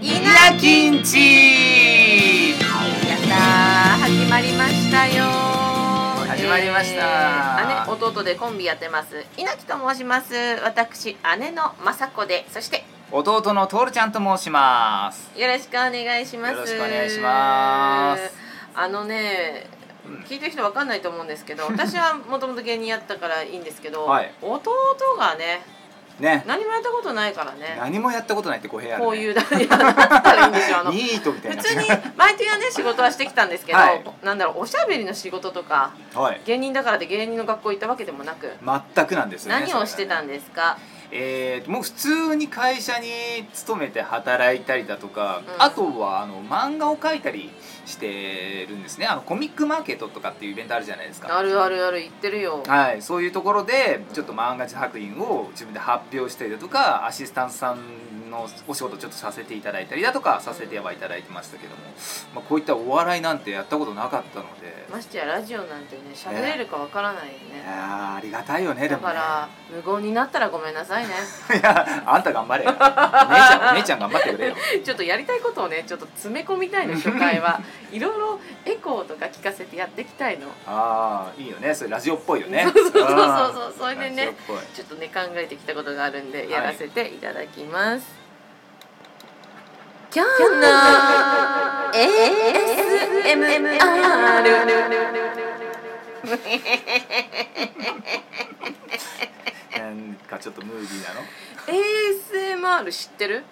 いなきんちやったー始まりましたよー始まりましたえー姉弟でコンビやってます稲木と申します私姉の雅子でそして弟のトールちゃんと申しますよろしくお願いしますよろしくお願いしますあのねうん聞いてる人わかんないと思うんです けど私はもともと芸人やったからいいんですけど、はい弟がねね何もやったことないからね何もやったことないって語弊あるねこういうだけだったらいいんですよ あのニートみたい普な通にバイトやね仕事はしてきたんですけど、はいなんだろうおしゃべりの仕事とかはい芸人だからって芸人の学校行ったわけでもなく、全くなんですよね何をしてたんでですか、えー、もう普通に会社に勤めて働いたりだとか、うんあとはあの漫画を描いたりしてるんですねあのコミックマーケットとかっていうイベントあるじゃないですかあるあるある言ってるよはい、そういうところでちょっと漫画作品を自分で発表したりだとかアシスタントさんのお仕事をちょっとさせていただいたりだとかさせてはいただいてましたけども、まあ、こういったお笑いなんてやったことなかったので、ましてやラジオなんてね喋れるかわからないよいねやーありがたいよねでだもねから無言になったらごめんなさいね いやあんた頑張れよ姉ちゃん 姉ちゃん頑張ってくれよちょっとやりたいことをねちょっと詰め込みたいの初回 はいろいろエコーとか聞かせてやっていきたいの、ああいいよねそれラジオっぽいよね そうそうそうあそうーそれでねラジオっぽいちょっとね考えてきたことがあるんでやらせていただきます、キャンナー ASMR なんかちょっとムーディーなの ASMR 知ってる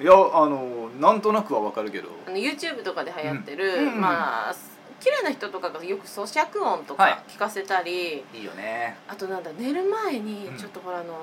いやあのなんとなくはわかるけどあの YouTube とかで流行ってる、うんうんまあ綺麗な人とかがよく咀嚼音とはいか聞かせたり、いいよねあとなんだ寝る前にうんちょっとほらあの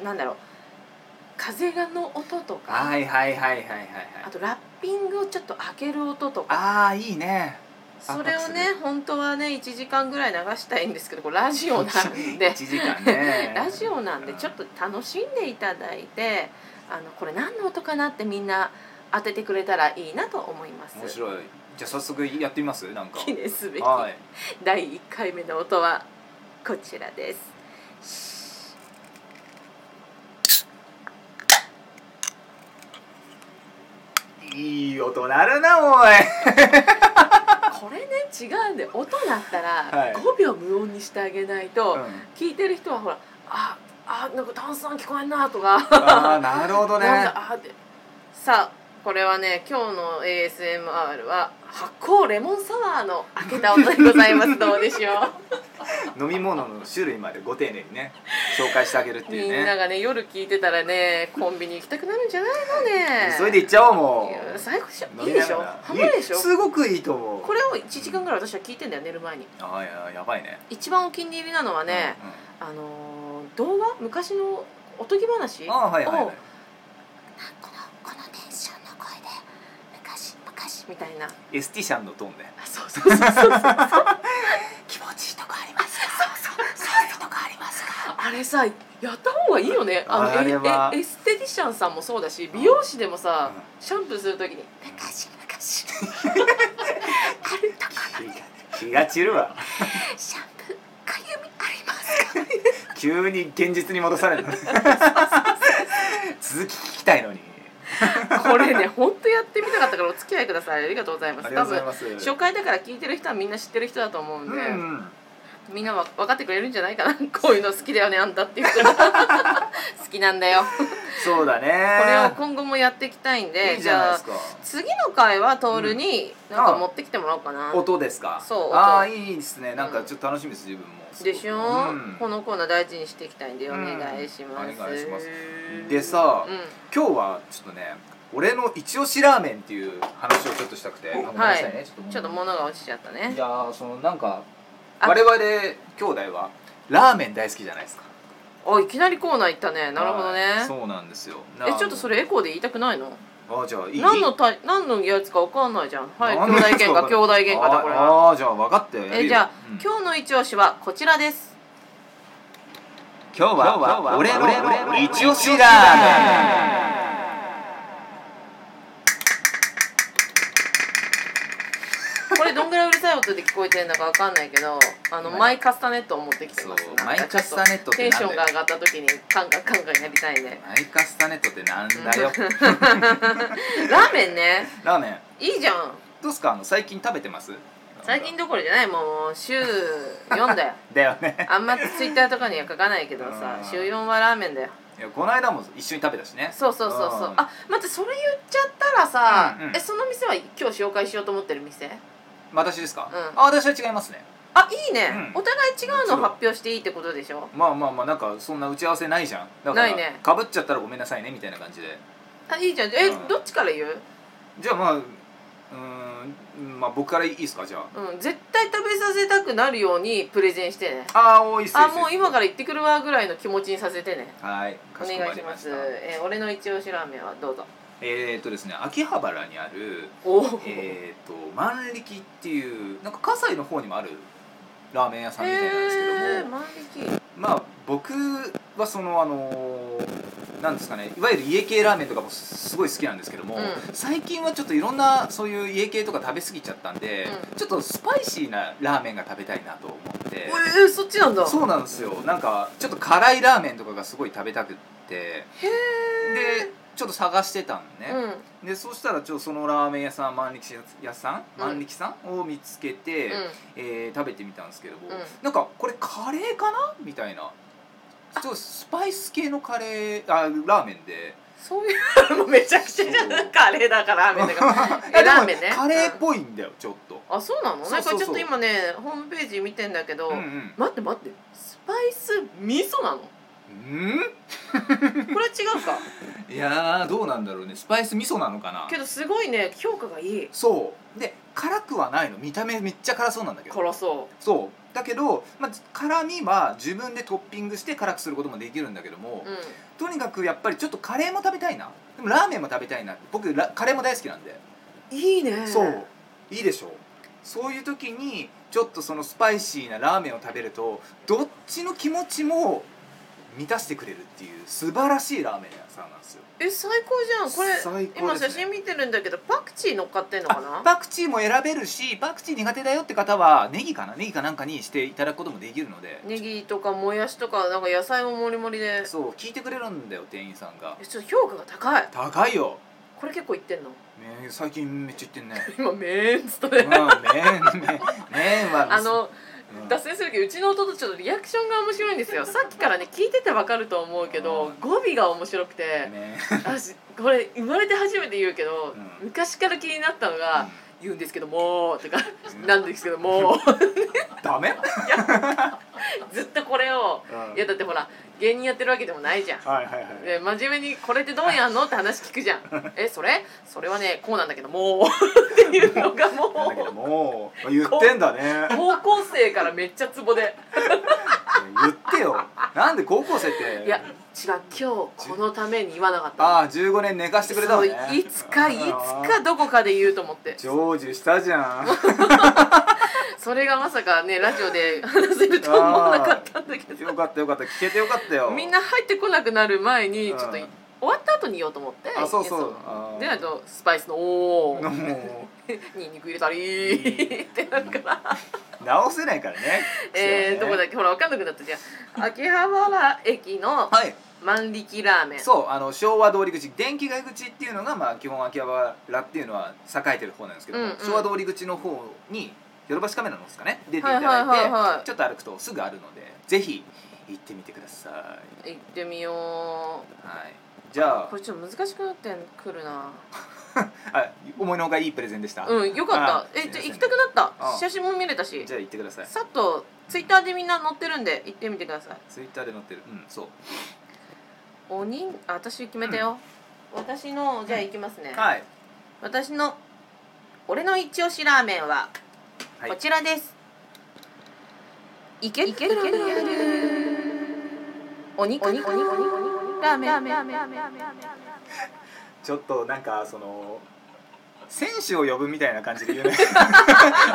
ーなんだろう風がの音とか、はいはいはいはいはいはいあとラッピングをちょっと開ける音とかああいいねそれをワクワクすね本当はね1時間ぐらい流したいんですけどこれラジオなん で1時間ねラジオなんでちょっと楽しんでいただいてあのこれ何の音かなってみんな当ててくれたらいいなと思います面白いじゃあ早速やってみますなんか記念すべきはい第1回目の音はこちらですいい音鳴るなおいこれね違うんで音鳴ったはいら5秒無音にしてあげないと、うん聞いてる人はほらああなんか炭酸聞こえんなとかああなるほどねなんだあでさあこれはね今日の ASMR は発酵レモンサワーの開けた音でございますどうでしょ飲み物の種類までご丁寧にね紹介してあげるっうて いみうんなねがね夜聞いてたらねコンビニ行きたくなるんじゃないのね急いで行っちゃおうもいやう最高じゃんいい飲みでなしょがらハマるでしょいいすごくいいと思うこれを1時間ぐらい私は聞いてんだよ寝る前にああややばいね一番お気に入りなのはね、あのー動画昔のおとぎ話うんうんああはいはいはいこのこのテンションの声で昔昔みたいなあエスティシャンのトーンでそうそうそうそうそう気持ちいいとこありますかいとこありますかあれさやった方がいいよねあのあれはええエステティシャンさんもそうだし美容師でもさ、うんシャンプーするときに「昔昔」あるとこ気が散るわのシャンプーかゆみありますか?急に現実に戻されるの続き聞きたいのに」これね本当やってみたかったからお付き合いくださいありがとうございまあすりが多とうござい分ます初回だから聞いてる人はみんな知ってる人だと思うんうで、んみんなは分かってくれるんじゃないかなこういうの好きだよねあんたっていう から好きなんだよそうこだれをね今後もやっていきたいんでいいじじゃないゃであすか次の回はトールになんあかあ持ってきてもらおうかな、音ですかそう音ああいいですねなんかちょっと楽しみです自分もでしょ、うんこのコーナー大事にしていきたいんでおうん願いします、お願いしますでさうん今日はちょっとね俺の一押しラーメンっていう話をちょっとしたくてあごめんなさいねちょっとちょっと物が落ちちゃったねいやーそのなんかあ我々兄弟はラーメン大好きじゃないですかあいきなりコーナー行ったねなるほどねはいそうなんですよえちょっとそれエコーで言いたくないのあじゃあいい何のたい何のやつか分かんないじゃんはい何兄の弟やつ喧嘩兄弟喧嘩だこれはああじゃあ分かってやるよえじゃあ、うん今日の一押しはこちらです今日は俺の一押しラーメンこれどんぐらいうるさい音人で聞こえてるのかわかんないけどあのはいマイカスタネットを持ってきてますそなうんかマイカスタネットっテてンシなんョだンがよ上がった時にカンカンカンカンやりたいねマイカスタネットってなんだよラーメンねラーメンいいじゃんどうっすかあの最近食べてます最近どころじゃないもう週4だよ だよねあんまツイッターとかには書かないけどさうん週4はラーメンだよいやこの間も一緒に食べたしねそうそうそうそううんあ待ってそれ言っちゃったらさ、うんうんえその店は今日紹介しようと思ってる店まあ私ですか、うんあ私は違いますねあいいね、うんお互い違うそのう発表していいってことでしょまあまあまあなんかそんな打ち合わせないじゃんだからないねかぶっちゃったらごめんなさいねみたいな感じであいいじゃんえ、うんどっちから言うじゃあまあうーんまあ僕からいいですかじゃあうん絶対食べさせたくなるようにプレゼンしてねああ多いっすあもう今からら行ってくるわぐらいの気持ちにさせてねはいおかしこ願まいしりまますしたえー俺の一押しラーメンはどうぞえー、っとですね秋葉原にあるおおえー、と万力っていうなんか関西の方にもあるラーメン屋さんみたいなんですけども、万力まあ僕はそのあのーなんですかねいわゆる家系ラーメンとかもすごい好きなんですけども、うん最近はちょっといろんなそういう家系とか食べ過ぎちゃったんで、ちょっとスパイシーなラーメンが食べたいなと思って、えー、そっちなんだそうなんですよなんかちょっと辛いラーメンとかがすごい食べたくってへえでちょっと探してたのね、うんでそしたらちょっとそのラーメン屋さん万力屋さんうん万力さん、を見つけて、えー食べてみたんですけども、うんなんかこれカレーかなみたいなちょっとスパイス系のカレーあラーメ ンでそういうのめちゃくちゃじゃなそいうカレーだからラーメンだ からえいやラでもーメンねカレーっぽいんだよちょっと、あそうなのそうそうそうなんかちょっと今ねホームページ見てんだけど、うんうん待って待ってスパイス味噌なのこれは違うかう んいやーどうなんだろうねスパイス味噌なのかなけどすごいね評価がいいそうで辛くはないの見た目めっちゃ辛そうなんだけど辛そそうだけど、まあ、辛みは自分でトッピングして辛くすることもできるんだけども、ううんとにかくやっぱりちょっとカレーも食べたいなでもラーメンも食べたいな僕ラカレーも大好きなんで、いいねそういいでしょうそういう時にちょっとそのスパイシーなラーメンを食べるとどっちの気持ちも満たしてくれるっていう素晴らしいラーメン屋さんなんですよえ最高じゃんこれ最高今ですね写真見てるんだけどパクチー乗っかってんのかあなパクチーも選べるしパクチー苦手だよって方はネギかなネギかなんかにしていただくこともできるのでネギとかもやしとかなんか野菜ももりもりでそう聞いてくれるんだよ店員さんがえちょっと評価が高い高いよ、これ結構いってんのね、最近めっちゃ言ってんね今めーんっつったうんね麺麺麺は あのうん脱線するけどうちの弟ちょっとリアクションが面白いんですよさっきからね聞いててわかると思うけど語尾が面白くてね私これ生まれて初めて言うけどうん昔から気になったのが「言うんですけども」とかう「んなんですけどもダメ、」ずっとこれをいやだってほら芸人やってるわけでもないじゃん。はいはいはいで真面目に「これってどうやんの?」って話聞くじゃ ん「えそれそれはねこうなんだけどもう」 っていうのがもなんだけどうもう言ってんだね高校生からめっちゃツボで言ってよなんで高校生っていや違う今日このために言わなかったああ15年寝かしてくれたのねそういつかいつかどこかで言うと思って成就したじゃんそれがまさかねラジオで話せると思わなかったんだけどよかったよかった聞けてよかったよみんな入ってこなくなる前にちょっとうん終わった後に言おうと思ってあそうそういやあーでないとスパイスの「お お」もにんにく入れたりってなるからう直せないからね えー、そどこうねだっけほらわかんなくなったじゃん秋葉原駅のはい万力ラーメンそうあの昭和通り口電気街口っていうのが、まあ、基本秋葉原っていうのは栄えてる方なんですけども、うんうん昭和通り口の方にヨドバシカメラの方ですかね出ていはいたはだいいて、はいはちょっと歩くとすぐあるのでぜひ行ってみてください、い行ってみようはい、じゃあこれちょっと難しくなってくるなあ思いのほかいいプレゼンでした、うんよかあったえちょす行いませんきたくなっあた写真も見れたしじゃあ行ってくださいさっとツイッターでみんな載ってるんで行ってみてくださいツイッターで載ってるうんそうおにんあ私決めたよ、私のじゃあ行きますね、はい私の俺の一押しラーメンははいこちらです、池袋にあるお肉お肉お肉お肉ラーメンラーメンラーメンラーメンちょっとなんかその選手を呼ぶみたいな感じで 言うね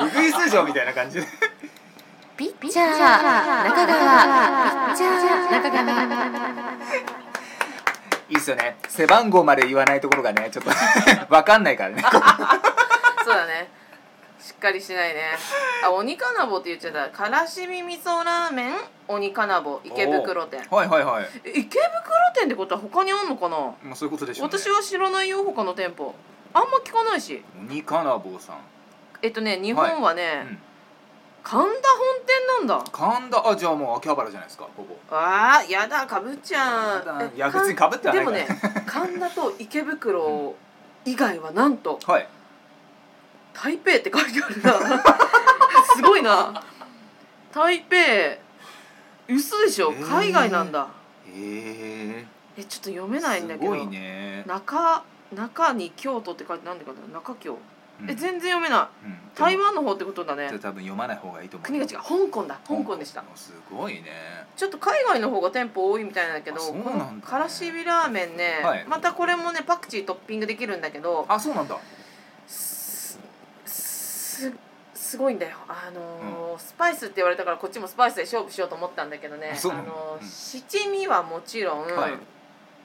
ウグイス嬢みたいな感じでピッピッじゃあ中川じゃあ中川いいっすよね背番 号まで言わないところがねちょっとわかんないからねそうだねしっかりしてないねあ鬼かなぼって言っちゃったからしみ味噌ラーメン鬼かなぼ池袋店はいはいはいえ池袋店ってことは他にあんのかな、まあそういうことでしょう、ね、私は知らないよ他の店舗あんま聞かないし鬼かなぼうさん、えっとね日本はね、うん、神田本店なんだ神田あじゃあもう秋葉原じゃないですかほぼあーやだかぶっちゃやうだえいやかん別にかぶってはなでいかもらね 神田と池袋以外はなんとはい台北って書いてあるな すごいな台北嘘でしょえー海外なんだへええちょっと読めないんだけすどごいね、中中に京都って書いてなんでかな中京うんえ全然読めないうん台湾の方ってことだねじゃあ多分読まない方がいいと思う国が違う香港だ香港でしたすごいねちょっと海外の方が店舗多いみたいなんだけどあそうなんだこのからしびラーメンね、はいまたこれもねパクチートッピングできるんだけどあそうなんだすすすごいんだよあのースパイスって言われたからこっちもスパイスで勝負しようと思ったんだけどねそうあなののーうん七味はもちろん、はい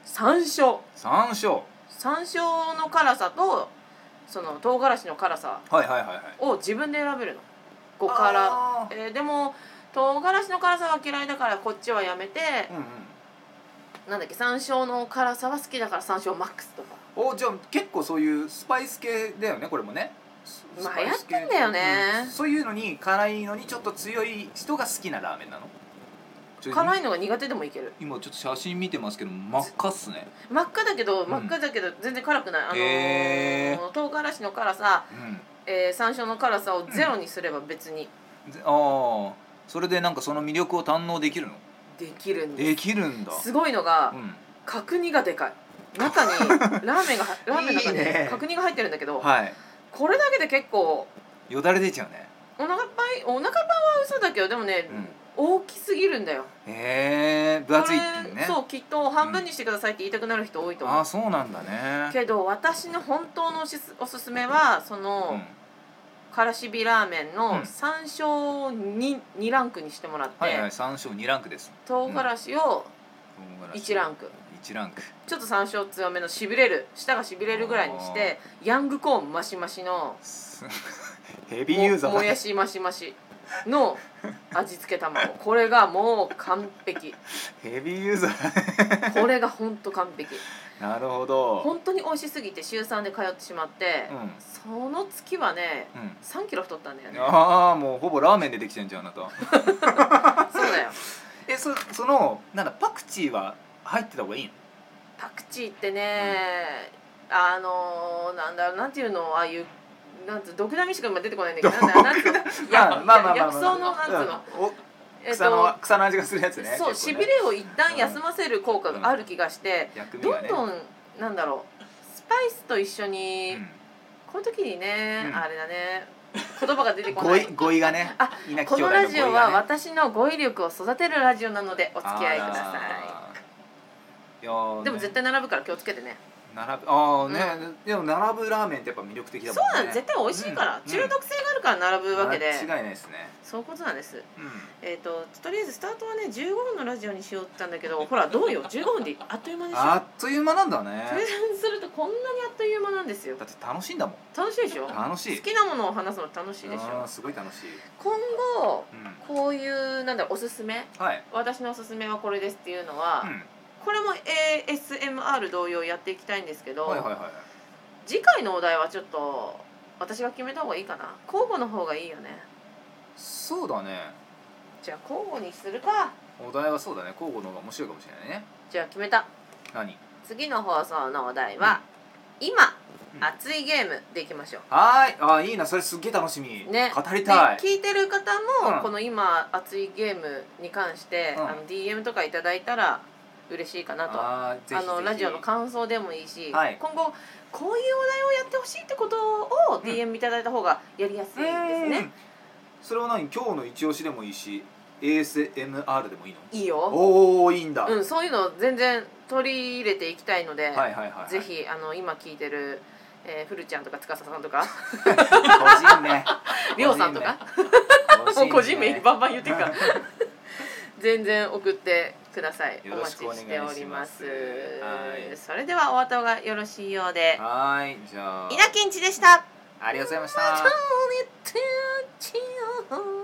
山椒山椒山椒の辛さとその唐辛子の辛さはいはいはいはいを自分で選べるの5辛、あーえーでも唐辛子の辛さは嫌いだからこっちはやめて、うんうんなんだっけ山椒の辛さは好きだから山椒マックスとかおじゃあ結構そういうスパイス系だよねこれもねスまあスパイス系流行ってんだよねうんそういうのに辛いのにちょっと強い人が好きなラーメンなのちょ辛いのが苦手でもいける今ちょっと写真見てますけど真っ赤っすね、真っ赤だけどん真っ赤だけど全然辛くない、へあのー唐辛子の辛さ、うえー、山椒の辛さをゼロにすれば別にん、でああそれでなんかその魅力を堪能できるのできるんでできるんだすすごいのがうん角煮がでかい中 にラーメンがラーメンの中にいいね角煮が入ってるんだけどはいこれだけで結構よだれ出ちゃうねお腹いっぱいお腹いっぱいは嘘だけどでもね、うん大きすぎるんだよへえ分厚いっていうねそうきっと半分にしてくださいって言いたくなる人多いと思う、ああそうなんだねけど私の本当のおしすおすすめはその、うんからしびラーメンうんの山椒に2ランクにしてもらって、はいはい三章二ランクです唐辛子を1ランクンク、一ランクちょっと山椒強めのしびれる舌がしびれるぐらいにしてヤングコーンマシマシのす ヘビーユーザもーもやししマシマシの味付け卵これがもう完璧ヘビーユーザーだねこれが本当完 璧なるほど本当に美味しすぎて週3で通ってしまって、うんその月はねうん3キロ太ったんだよねああもうほぼラーメンでできてんじゃんあ なたそうだよえそそのなんだパクチーは入ってた方がいいのパクチーってね、あのー、なんだろうなんていうのああいうなんつう毒ダミしか今出てこないんだけどなんだなんつうのまあまあまあまあ薬草のなんつうの、うんおえっ草の草の味がするやつねそう結し構びねれを一旦休ませる効果がある気がして、薬味どがんねどんなんだろうスパイスと一緒に、うんこの時にね、うんあれだね言葉が出てこ語な 彙い。語彙がねあいなきこ兄の弟ラ語彙ジオがはね私の語彙力を育てるラジオなのでお付き合いくださあーいやーねいでも絶対並ぶから気をつけてね並ぶああね、うんでも並ぶラーメンってやっぱ魅力的だもんそうねなの絶対美味しいから、うん中毒性があるから並ぶわけで、間違いないですねそういうことなんですうんえー、ととりあえずスタートはね15分のラジオにしようって言ったんだけ どほらどうよ15分であっという間でしあょっという間なんだそれねするとこんなにあっという間なんですよだって楽しいんだもん楽しいでしょ好楽しいきなものを話すの楽しいでしあーょすごい楽しい、今後うん、こういうなんだろうおすすめはい、私のおすすめはこれですっていうのは、うん、これも ASMR 同様やっていきたいんですけど、はいはいはい次回のお題はちょっと私が決めた方がいいかな交互の方がいいよねそうだねじゃあ交互にするかお題はそうだね交互の方が面白いかもしれないねじゃあ決めた何次の放送のお題は「今うん熱いゲーム」でいきましょはーいあーいいなそれすっげえ楽しみ、う。ね、語りたいで聞いてる方も、うんこの今熱いゲームに関して、うんあの DM とかいただいたら嬉しいかなとああーぜひぜひのラジオの感想でもいいし、はい今後こういうお題をやってほしいってことをうん DM いただいた方がやりやすいですうねん、それは何今日の一押しでもいいし ASMR でもいいのいいよ、おおいいんだ、うん、そういうのを全然取り入れていきたいので、はいはいはいぜひあの今聞いてる、えー、ふるちゃんとか司さんとか 個人名りょうさんとか もう個人名バンバン言っていくから全然送ってくださいおよろ待しちくお願いししておりますますはいそれではお後がよろしいようではーいじゃあ稲んちでしたありがとうございました。と